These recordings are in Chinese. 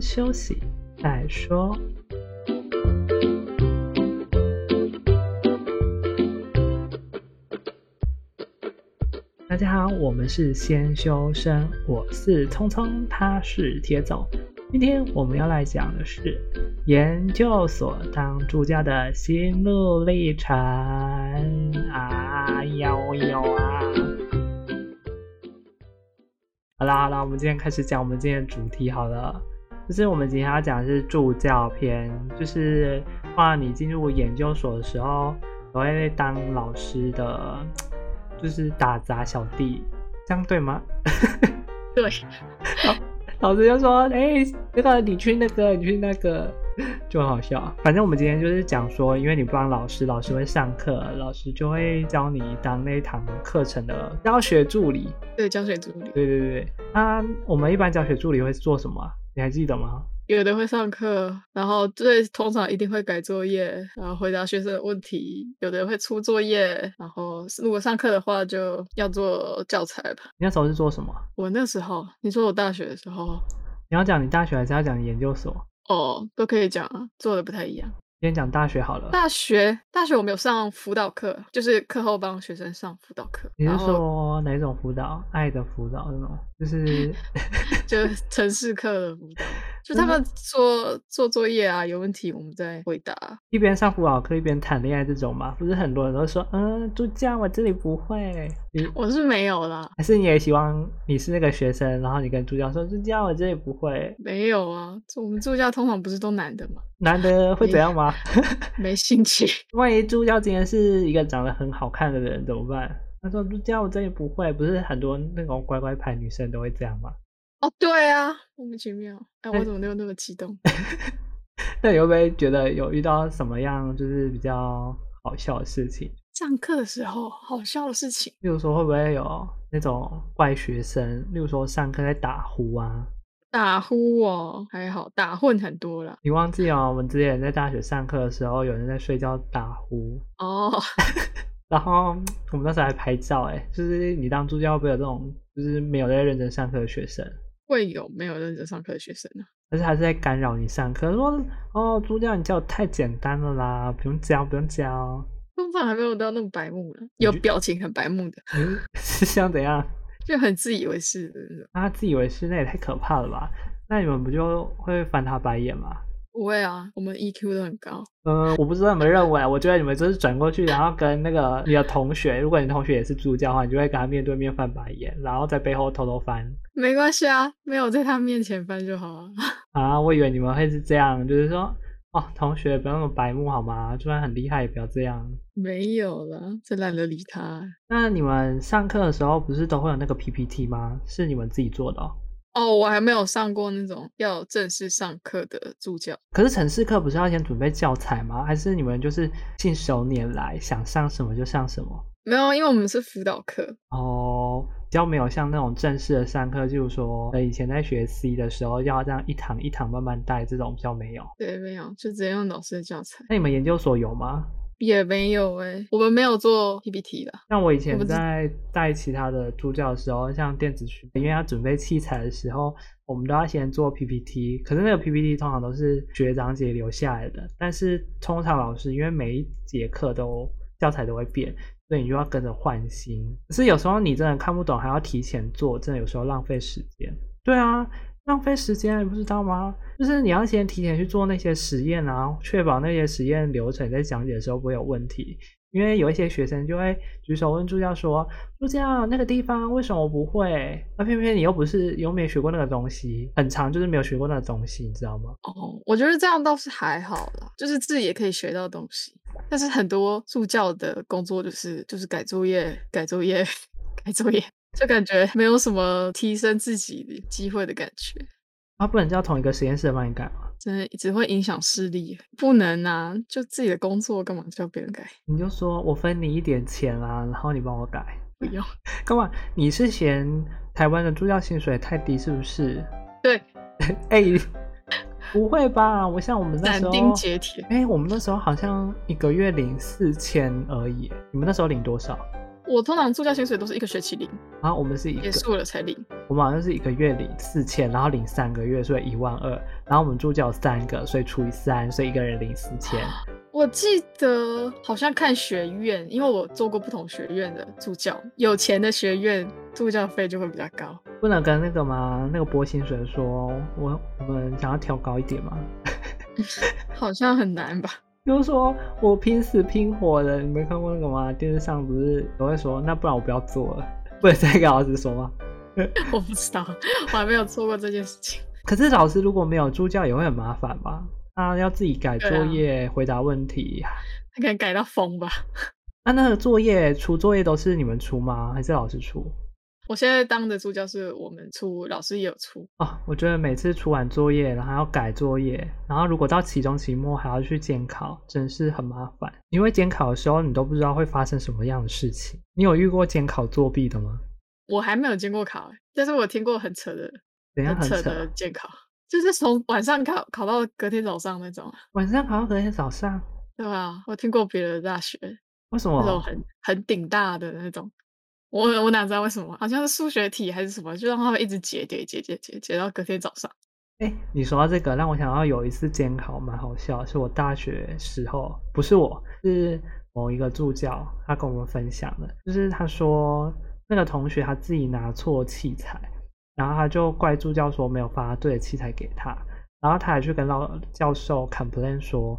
休息再说。大家好，我们是先修身，我是聪聪，他是铁总。今天我们要来讲的是研究所当助教的心路历程啊，有有啊！好啦好啦，我们今天开始讲我们今天的主题好了，就是我们今天要讲的是助教篇，就是话你进入研究所的时候，我会当老师的，就是打杂小弟，这样对吗？对。老师就说：“哎、欸，那个你去那个，你去那个，就很好笑。反正我们今天就是讲说，因为你不当老师，老师会上课，老师就会教你当那堂课程的教学助理。对，教学助理。对对对。啊，我们一般教学助理会做什么、啊？你还记得吗？有的会上课，然后最通常一定会改作业，然后回答学生的问题。有的会出作业，然后如果上课的话，就要做教材吧。你那时候是做什么？啊我那时候，你说我大学的时候，你要讲你大学还是要讲研究所？哦，都可以讲啊，做的不太一样。先讲大学好了。大学，大学我们有上辅导课，就是课后帮学生上辅导课。你是说哪种辅导？爱的辅导那种，就是就是城市课的辅 导，就他们做做作业啊，有问题我们再回答。一边上辅导课一边谈恋爱这种嘛，不是很多人都说，嗯，助教我这里不会。我是没有啦。还是你也希望你是那个学生，然后你跟助教说，助教我这里不会。没有啊，我们助教通常不是都男的嘛。男的会怎样吗？ 没兴趣。万一助教今天是一个长得很好看的人怎么办？他说助教我真的不会，不是很多那种乖乖牌女生都会这样吗？哦，对啊，莫名其妙。哎、欸，我怎么又那么激动？那你会不会觉得有遇到什么样就是比较好笑的事情？上课的时候好笑的事情，例如说会不会有那种怪学生？例如说上课在打呼啊？打呼哦，还好打混很多了。你忘记哦，我们之前在大学上课的时候，有人在睡觉打呼哦。Oh. 然后我们当时还拍照，哎，就是你当助教会有这种，就是没有在认真上课的学生， 会有没有认真上课的学生呢、啊？但是还是在干扰你上课，说哦，助教你教太简单了啦，不用教，不用教。 通常还没有到那么白目了，有表情很白目的，是像怎样？就很自以为是的那种啊，自以为是那也太可怕了吧？那你们不就会翻他白眼吗？不会啊，我们 EQ 都很高。嗯，我不知道你们认为，我觉得你们就是转过去，然后跟那个你的同学，如果你同学也是助教的话，你就会跟他面对面翻白眼，然后在背后偷偷翻。没关系啊，没有在他面前翻就好了。啊，我以为你们会是这样，就是说。哦，同学不要那么白目好吗？就算很厉害也不要这样。 没有啦，真懒得理他。啊那你们上课的时候不是都会有那个 PPT 吗？是你们自己做的哦？哦，我还没有上过那种要正式上课的助教。可是城市课不是要先准备教材吗？还是你们就是信手拈来，想上什么就上什么？没有，因为我们是辅导课。哦。比较没有像那种正式的上课，就是说，呃，以前在学 C 的时候，要这样一堂一堂慢慢带，这种比较没有。对，没有，就直接用老师的教材。那你们研究所有吗？也没有哎、欸，我们没有做 PPT 的。像我以前在带其他的助教的时候，像电子学，因为要准备器材的时候，我们都要先做 PPT。可是那个 PPT 通常都是学长姐留下来的，但是通常老师因为每一节课都教材都会变。所以你就要跟着换新，可是有时候你真的看不懂，还要提前做，真的有时候浪费时间。对啊，浪费时间，你不知道吗？就是你要先提前去做那些实验啊，确保那些实验流程在讲解的时候不会有问题。因为有一些学生就会举手问助教说：“助教，那个地方为什么不会？那偏偏你又不是又没学过那个东西，很长就是没有学过那个东西，你知道吗？”哦，我觉得这样倒是还好啦，就是自己也可以学到东西。但是很多助教的工作就是就是改作业、改作业、 改作业，就感觉没有什么提升自己的机会的感觉。啊，不能叫同一个实验室帮你改吗？真的只会影响视力，不能啊！就自己的工作干嘛叫别人改？你就说我分你一点钱啊，然后你帮我改。不用，干嘛？你是嫌台湾的助教薪水太低是不是？对。 哎欸，不会吧？我像我们那时候，斩钉截铁。哎、欸，我们那时候好像一个月领四千而已。你们那时候领多少？我通常助教薪水都是一个学期领，然后我们是一个结束了才领。我们好像是一个月领四千，然后领三个月，所以一万二。然后我们助教有三个，所以除以三，所以一个人领四 千。我记得好像看学院，因为我做过不同学院的助教，有钱的学院助教费就会比较高。不能跟那个吗？那个波薪水说，我我们想要调高一点吗？好像很难吧？ 就是说我拼死拼活的，你没看过那个吗？电视上不是都会说，那不然我不要做了， 不能再跟老师说吗？我不知道，我还没有做过这件事情。可是老师如果没有助教也会很麻烦吧？他要自己改对啊作业、回答问题。他可能改到疯吧？啊，那个作业出作业都是你们出吗？还是老师出？我现在当的助教是我们出，老师也有出，哦，我觉得每次出完作业，然后还要改作业，然后如果到期中、期末还要去监考，真是很麻烦。因为监考的时候，你都不知道会发生什么样的事情。你有遇过监考作弊的吗？我还没有监过考欸、但是我听过很扯的、怎样很很扯扯的啊？监考，就是从晚上考考到隔天早上那种啊，晚上考到隔天早上，对吧？我听过别的大学为什那种么？很很顶大的那种，我我哪知道为什么？好像是数学题还是什么，就让他们一直解解解解解解到隔天早上。哎、你说到这个，让我想到有一次监考蛮好笑的，是我大学时候，不是我，是某一个助教，他跟我们分享的，就是他说那个同学他自己拿错器材，然后他就怪助教说没有发对的器材给他，然后他还去跟老教授 complain 说，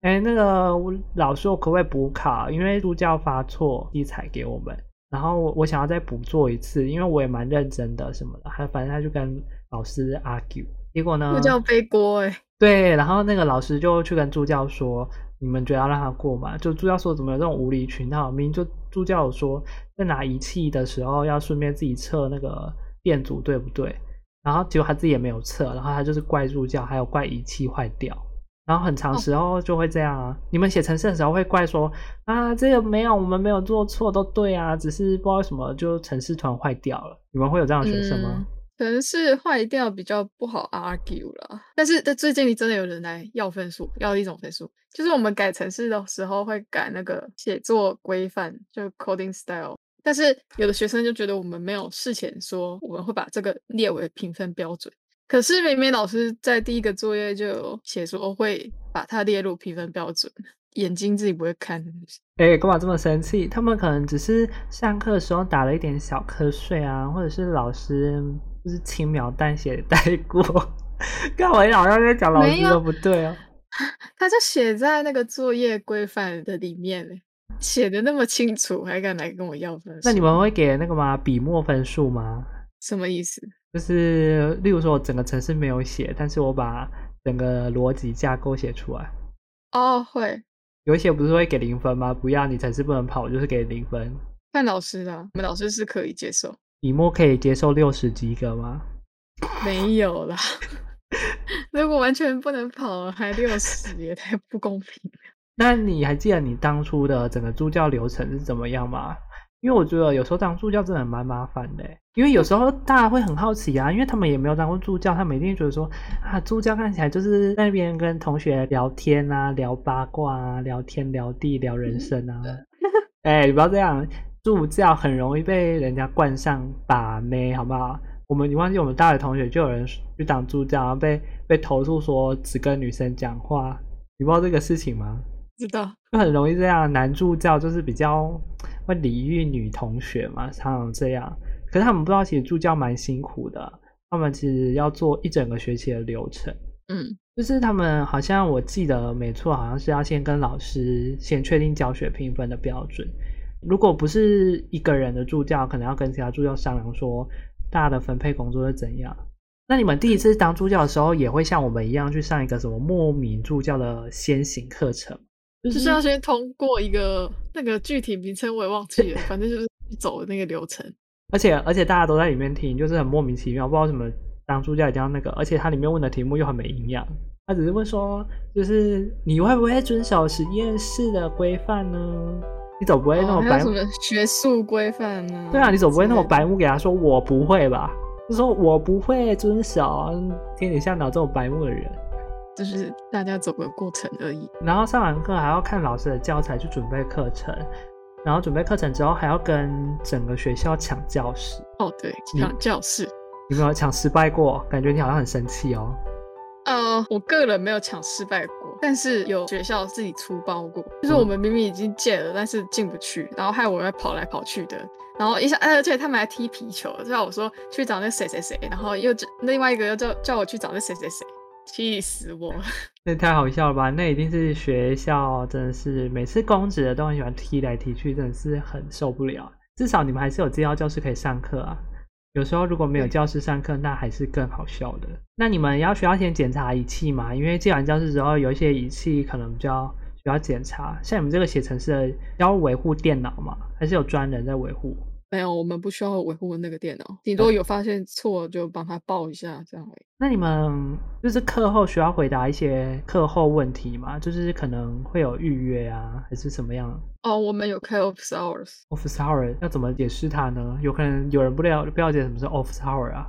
哎，那个我老师我可不可以补考？因为助教发错器材给我们，然后我我想要再补做一次，因为我也蛮认真的什么的，还反正他就跟老师 argue，结果呢助，教背锅哎、对，然后那个老师就去跟助教说，你们觉得要让他过吗？就助教说怎么有这种无理取闹，明明就助教有说在拿仪器的时候要顺便自己测那个电阻对不对，然后结果他自己也没有测，然后他就是怪助教，还有怪仪器坏掉。然后很长哦时候就会这样啊，你们写程式的时候会怪说啊，这个没有，我们没有做错，都对啊，只是不知道为什么就程式突然坏掉了。你们会有这样的学生吗？嗯可能是坏掉比较不好 argue 啦，但是但最近真的有人来要分数，要一种分数，就是我们改程式的时候会改那个写作规范，就 coding style。但是有的学生就觉得我们没有事前说我们会把这个列为评分标准，可是明明老师在第一个作业就有写说会把它列入评分标准，眼睛自己不会看，哎、干嘛这么生气？他们可能只是上课的时候打了一点小瞌睡啊，或者是老师就是轻描淡写地带过。干嘛你好像在讲老没师有都不对哦？他就写在那个作业规范的里面嘞，写的那么清楚，还敢来跟我要分数？那你们会给那个吗？笔墨分数吗？什么意思？就是例如说我整个程式没有写，但是我把整个逻辑架构写出来。哦，会有一些不是会给零分吗？不要，你程式不能跑，我就是给零分。看老师的啊，我们老师是可以接受，笔墨可以接受六十及格吗？没有啦。 如果完全不能跑了，还六十也太不公平了。那你还记得你当初的整个助教流程是怎么样吗？因为我觉得有时候当助教真的蛮麻烦的欸，因为有时候大家会很好奇啊，因为他们也没有当过助教，他们一定觉得说啊，助教看起来就是在那边跟同学聊天啊，聊八卦啊，聊天聊地聊人生啊。 哎、你不要这样，助教很容易被人家冠上把妹，好不好？我们你忘记我们大学同学就有人去当助教，然后被被投诉说只跟女生讲话，你不知道这个事情吗？知道，就很容易这样。男助教就是比较会礼遇女同学嘛，常常这样。可是他们不知道，其实助教蛮辛苦的，他们其实要做一整个学期的流程。嗯，就是他们好像我记得没错，好像是要先跟老师先确定教学评分的标准。如果不是一个人的助教，可能要跟其他助教商量说大家的分配工作是怎样。那你们第一次当助教的时候，也会像我们一样去上一个什么莫名助教的先行课程吗？就就是要先通过一个那个具体名称我也忘记了，反正就是走那个流程。而且而且大家都在里面听，就是很莫名其妙，不知道为什么当初教一定要那个，而且它里面问的题目又很没营养。他只是问说，就是你会不会遵守实验室的规范呢？你总不会那哦么还有白什目？么学术规范呢？对啊，你总不会那么之类的白目给他说我不会吧？就说我不会遵守，天底下哪有这种白目的人？就是大家走个过程而已。然后上完课还要看老师的教材去准备课程。然后准备课程之后还要跟整个学校抢教室，哦，对，你抢教室。有没有抢失败过？感觉你好像很生气哦。呃，我个人没有抢失败过，但是有学校自己出包过，就是我嗯们明明已经借了，但是进不去，然后害我要跑来跑去的，然后一下，而且他们还踢皮球，叫我说去找那谁谁谁，然后又叫另外一个又叫叫我去找那谁谁谁，气死我！那太好笑了吧？那一定是学校，真的是每次公职的都很喜欢踢来踢去，真的是很受不了。至少你们还是有资料教室可以上课啊。有时候如果没有对教室上课，那还是更好笑的。那你们要学校先检查仪器嘛？因为借完教室之后，有一些仪器可能比较需要检查。像你们这个写程式的，要维护电脑嘛？还是有专人在维护？ 没有，我们不需要维护那个电脑，顶多有发现错就帮他报一下这样而已。那你们就是课后需要回答一些课后问题嘛？就是可能会有预约啊，还是什么样？哦，我们有开 office hours， office hour 要怎么解释它呢？有可能有人不了不了解什么是 office hour 啊？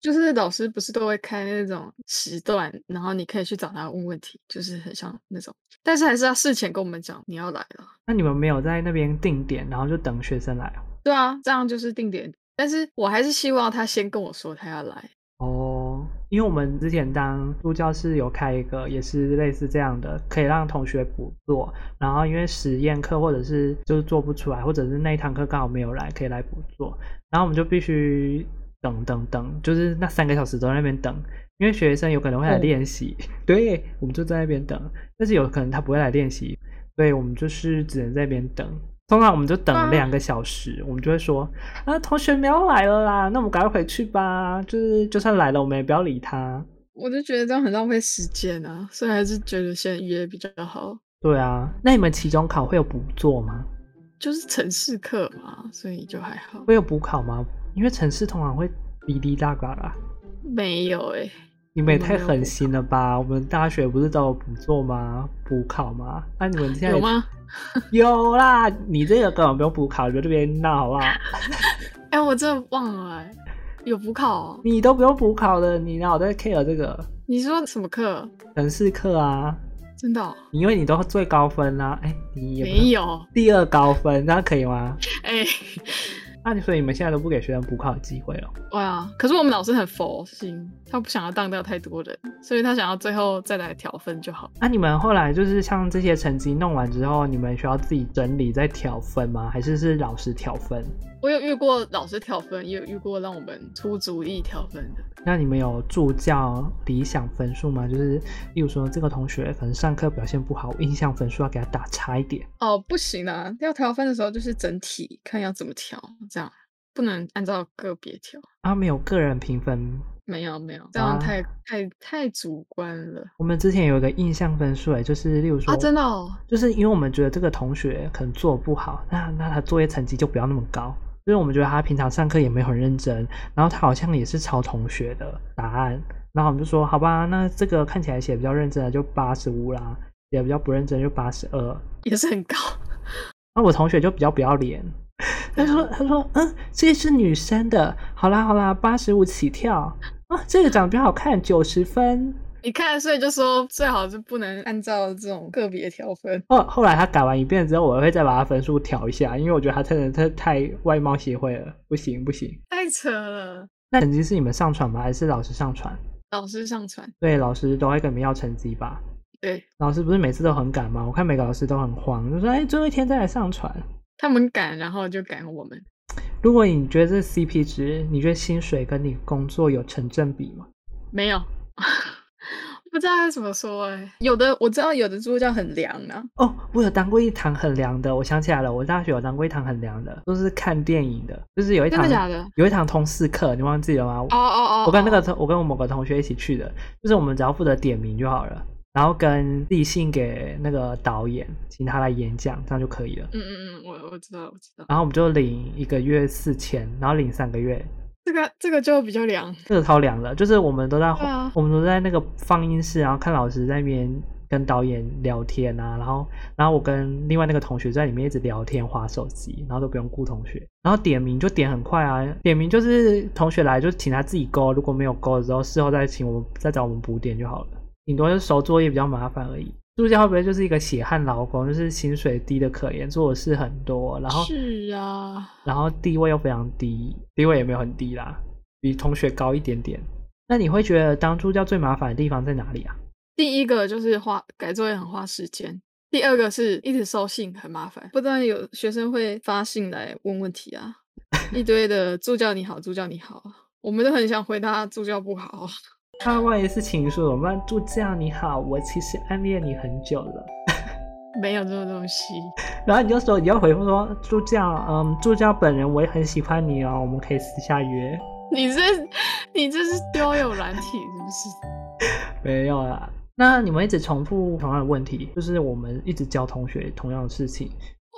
就是老师不是都会开那种时段，然后你可以去找他问问题，就是很像那种，但是还是要事前跟我们讲你要来了。那你们没有在那边定点，然后就等学生来啊对啊，这样就是定点。但是我还是希望他先跟我说他要来。哦？因为我们之前当助教室有开一个，也是类似这样的，可以让同学补做。然后因为实验课或者是就是做不出来，或者是那一堂课刚好没有来，可以来补做。然后我们就必须等等等，就是那三个小时都在那边等，因为学生有可能会来哦练习，对，我们就在那边等，但是有可能他不会来练习，所以我们就是只能在那边等。通常我们就啊等两个小时，我们就会说啊，同学没有来了啦，那我们赶快回去吧。就是就算来了，我们也不要理他。我就觉得这样很浪费时间啊，所以还是觉得先约比较好。对啊，那你们期中考会有补做吗？就是城市课嘛，所以就还好。会有补考吗？因为城市通常会滴滴答答啦。没有哎、你们也我们太没有狠补心了吧！我们大学不是都有补做吗？补考吗？那、你们现在有也吗？有啦，你这个根本不用补考，你们这边闹好不好？哎、我真的忘了哎、有补考哦、你都不用补考的，你哪有在 care 这个你说什么课？城市课啊？真的哦、因为你都最高分啦、哎、你也不没有第二高分，那可以吗？啊哎、那你所以你们现在都不给学生补考的机会哦了？哇！啊可是我们老师很佛心，他不想要当掉太多人，所以他想要最后再来调分就好。啊那、你们后来就是像这些成绩弄完之后，你们需要自己整理再调分吗？还是是老师调分？我有遇过老师调分，也有遇过让我们出主意调分的。那你们有助教理想分数吗？就是例如说这个同学可能上课表现不好，我印象分数要给他打差一点。哦，不行啊，要调分的时候就是整体看要怎么调，这样不能按照个别调。啊，没有个人评分。没有没有，这样啊太、太太主观了我们之前有一个印象分数，哎，就是例如说，啊！真的哦，就是因为我们觉得这个同学可能做不好，那那他作业成绩就不要那么高。就是我们觉得他平常上课也没有很认真，然后他好像也是抄同学的答案，然后我们就说好吧，那这个看起来写比较认真的就八十五啦，写得比较不认真就八十二。也是 很高。那我同学就比较不要脸，他说他说嗯，这是女生的，好啦好啦，八十五起跳啊，这个长得比较好看，九十分。你看，所以就说最好是不能按照这种个别调分。后哦后来他改完一遍之后，我会再把他分数调一下，因为我觉得他真的太太外貌协会了，不行不行。太扯了，那成绩是你们上传吗？还是老师上传？老师上传，对，老师都会跟你们要成绩吧？对老师不是每次都很赶吗？我看每个老师都很慌，就说：“哎，最后一天再来上传。他们赶，然后就赶我们。”如果你觉得这 CP 值，你觉得薪水跟你工作有成正比吗？没有， 不知道该怎么说哎、有的我知道，有的助教很凉啊，哦，我有当过一堂很凉的，我想起来了，我大学有当过一堂很凉的，都是看电影的，就是有一真堂的假的？有一堂通识课，你忘记了吗？哦哦哦，我跟那个哦同我跟我某个同学一起去的，就是我们只要负责点名就好了，然后跟递信给那个导演，请他来演讲，这样就可以了。嗯嗯嗯，我我知道我知道，然后我们就领一个月四千，然后领三个月，这个这个就比较凉，这个超凉了。就是我们都在、对啊我们都在那个放映室，然后看老师在那边跟导演聊天啊，然后然后我跟另外那个同学在里面一直聊天、划手机，然后都不用顾同学。然后点名就点很快啊，点名就是同学来就请他自己勾，如果没有勾的时候，事后再请我们再找我们补点就好了。顶多就是收作业比较麻烦而已。助教会不会就是一个血汗劳工，就是薪水低的可怜，做的事很多，然后是啊，然后地位又非常低，地位也没有很低啦，比同学高一点点。那你会觉得当助教最麻烦的地方在哪里啊？第一个就是花改作业很花时间，第二个是一直收信很麻烦，不但有学生会发信来问问题啊，一堆的助教你好，助教你好啊，我们都很想回答助教不好啊，那万一是情书怎么办？助教你好，我其实暗恋你很久了。没有这种东西， 然后你就说你要回复说助教，嗯，助教本人我也很喜欢你哦，我们可以私下约。你这你这是丢有软体是不是？没有啦。那你们一直重复同样的问题，就是我们一直教同学同样的事情。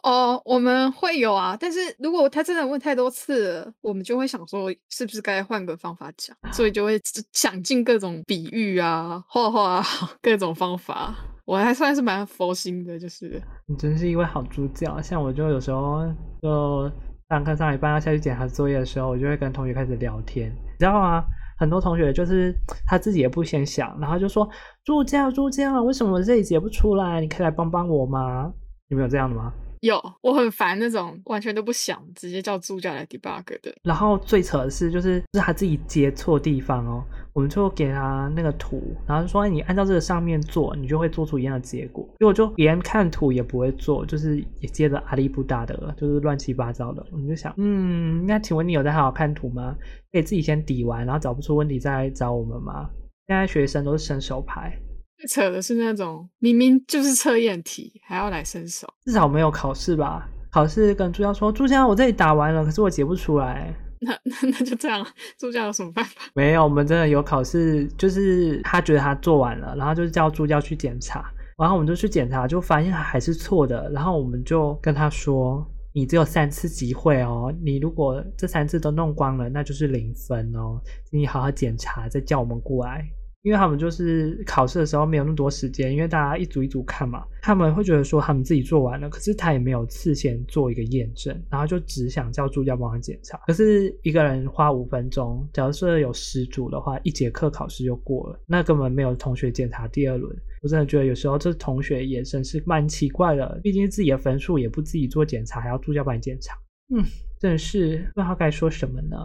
哦，我们会有啊，但是如果他真的问太多次了，我们就会想说，是不是该换个方法讲？所以就会只想尽各种比喻啊、画画啊、 各种方法。我还算是蛮佛心的，就是你真是一位好助教，像我就有时候就上课上一半要下去检查作业的时候，我就会跟同学开始聊天，你知道吗？很多同学就是他自己也不先想，然后就说助教助教，为什么我这里解不出来？你可以来帮帮我吗？你们有这样的吗？有我很烦那种完全都不想，直接叫助教来 debug 的。然后最扯的是，就是是他自己接错地方哦。我们就给他那个图，然后说哎你按照这个上面做，你就会做出一样的结果。结果就连看图也不会做，就是也接着阿里不达的，就是乱七八糟的。我们就想，嗯，那请问你有在好好看图吗？可以自己先抵完，然后找不出问题再来找我们吗？现在学生都是伸手牌，最扯的是那种明明就是测验题，还要来伸手。至少没有考试吧？考试跟助教说，助教我这里打完了，可是我解不出来。那那那就这样，助教有什么办法？ 没有，我们真的有考试，就是他觉得他做完了，然后就是叫助教去检查，然后我们就去检查，就发现还是错的，然后我们就跟他说，你只有三次机会哦，你如果这三次都弄光了，那就是零分哦，请你好好检查，再叫我们过来。因为他们就是考试的时候没有那么多时间，因为大家一组一组看嘛，他们会觉得说他们自己做完了，可是他也没有事先做一个验证，然后就只想叫助教帮他检查。可是一个人花五分钟，假如说有十组的话，一节课考试就过了，那根本没有同学检查第二轮。我真的觉得有时候这同学也真是蛮奇怪的，毕竟自己的分数也不自己做检查，还要助教帮你检查。嗯，真的是不知道该说什么呢。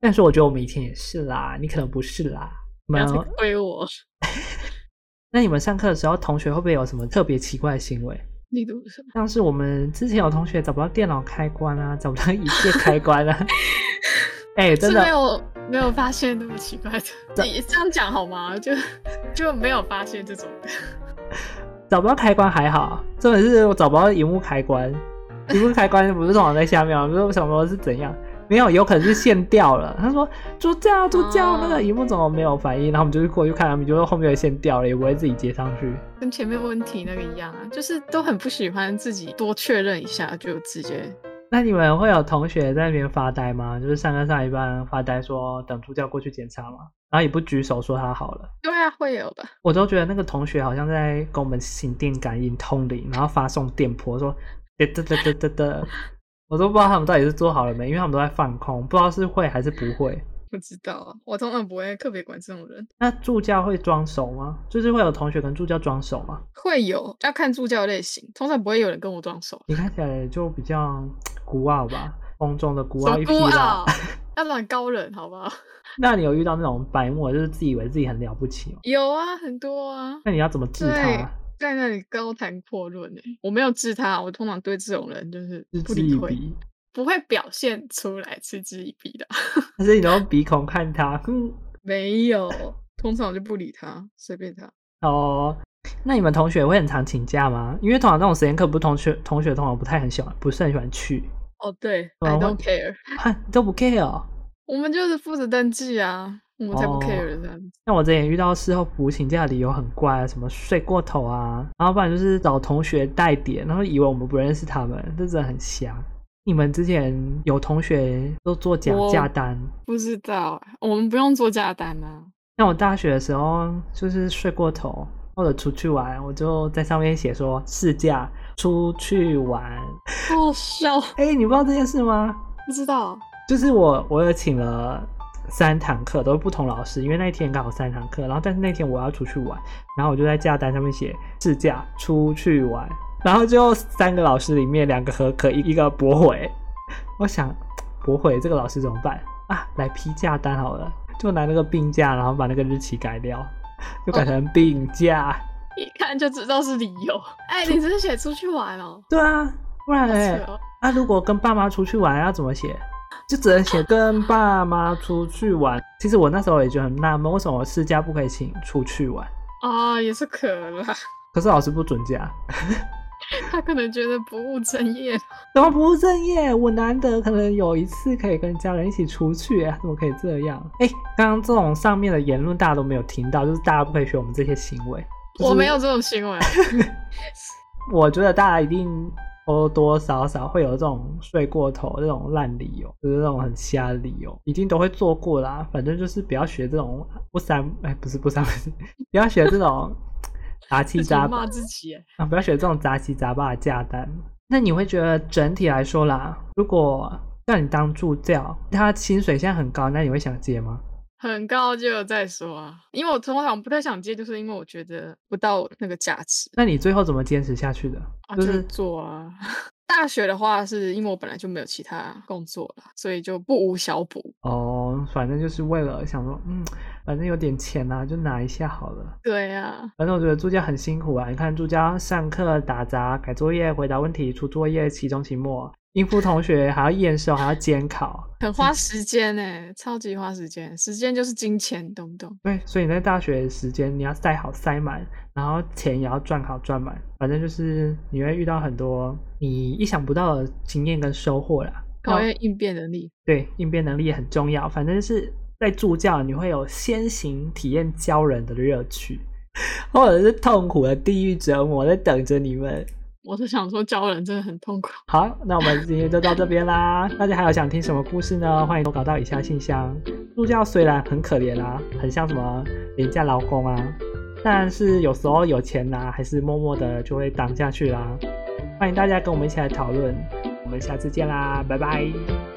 但是我觉得我们以前也是啦，你可能不是啦。不没要再有。推我。那你们上课的时候，同学会不会有什么特别奇怪的行为？例如什么？像是我们之前有同学找不到电脑开关啊，找不到椅子开关 啊。哎、真是没的，有没有发现那么奇怪的。你这样讲好吗？就就没有发现这种的。找不到开关还好，重点是我找不到荧幕开关。荧幕开关不是通常在下面吗？不是我想说是怎样？没有，有可能是线掉了。他说助教，助教，那个荧幕怎么没有反应？然后我们就过去看，他们就说后面有线掉了，也不会自己接上去。跟前面问题那个一样啊，就是都很不喜欢自己多确认一下就直接。那你们会有同学在那边发呆吗？就是上课上一半发呆，说等助教过去检查嘛，然后也不举手说他好了。对啊，会有吧？我都觉得那个同学好像在跟我们心电感应通灵，然后发送电波说得得得得得得，我都不知道他们到底是做好了没，因为他们都在放空，不知道是会还是不会。不知道啊，我通常不会特别管这种人。那助教会装熟吗？就是会有同学跟助教装熟吗？会有要看助教类型，通常不会有人跟我装熟，你看起来就比较古傲吧，空中的古什傲么一匹孤啦傲。，要软高冷好不好？那你有遇到那种白目，就是自以为自己很了不起吗？有啊，很多啊，那你要怎么治对他？在那里高谈阔论呢、我没有治他，我通常对这种人就是嗤之不理以会，鼻，不会表现出来嗤之以鼻的。 但是你都用鼻孔看他，嗯哼、没有，通常我就不理他，随便他。哦，那你们同学会很常请假吗？因为通常这种实验课，不是同学同学通常不太很喜欢，不是很喜欢去，哦，对怎，I 么会 don't care，哈，你都不 care 哦。我们就是负责登记啊，我们才不哦 care 这样子。像我之前遇到事后补请假的理由很怪啊，什么睡过头啊，然后不然就是找同学代点，然后以为我们不认识他们，这真的很瞎。你们之前有同学都做假我假单，不知道欸，我们不用做假单啊。像我大学的时候就是睡过头，或者出去玩，我就在上面写说试假出去玩。好笑，哎，你不知道这件事吗？ 不知道就是我，我有请了三堂课都是不同老师，因为那一天刚好三堂课，然后但是那天我要出去玩，然后我就在假单上面写试驾出去玩，然后最后三个老师里面两个合格，一一个驳回，我想驳回这个老师怎么办啊？来批假单好了，就拿那个病假，然后把那个日期改掉，就哦改成病假。一看就知道是理由。哎、你真的写出去玩哦？对啊，不然好嘞、扯哦啊，如果跟爸妈出去玩要怎么写？就只能写跟爸妈出去玩。其实我那时候也觉得很纳闷，为什么我私假不可以请出去玩？啊，也是可啦。可是老师不准假， 他可能觉得不务正业，怎么不务正业？我难得可能有一次可以跟家人一起出去、啊，怎么可以这样？哎、刚刚这种上面的言论大家都没有听到，就是大家不可以学我们这些行为。就是我没有这种行 为。我觉得大家一定多多少少会有这种睡过头、这种烂理由，就是那种很瞎的理由，一定都会做过啦。反正就是不要学这种不三，哎，不是不三，不 是不要学这 种杂七自己杂八骂自己耶，啊，不要学这种杂七杂八的价单。那你会觉得整体来说啦，如果让你当助教，他薪水现在很高，那你会想接吗？很高就有再说啊。因为我通常不太想接，就是因为我觉得不到那个价值那你最后怎么坚持下去的？啊，就就是是做啊。 大学的话，是因为我本来就没有其他工作了，所以就不无小补。哦，反正就是为了想说，嗯，反正有点钱啊，就拿一下好了。对啊，反正我觉得助教很辛苦啊！你看助教上课打杂、改作业、回答问题、出作业、期中、期末，应付同学，还要验收，还要监考。很花时间呢、超级花时间。时间就是金钱，懂不懂？对，所以你在大学的时间，你要塞好塞满，然后钱也要赚好赚满。反正就是你会遇到很多你意想不到的经验跟收获啦。考那验应变能力。对应变能力也很重要。反正是在助教，你会有先行体验教人的乐趣， 或者是痛苦的地狱折磨在等着你们。我是想说，教人真的很痛苦。好，那我们今天就到这边啦。 大家还有想听什么故事呢？欢迎投稿到以下信箱。助教虽然很可怜啊，很像什么廉价劳工啊，但是有时候有钱拿、还是默默的就会当下去啦。欢迎大家跟我们一起来讨论。我们下次见啦，拜拜。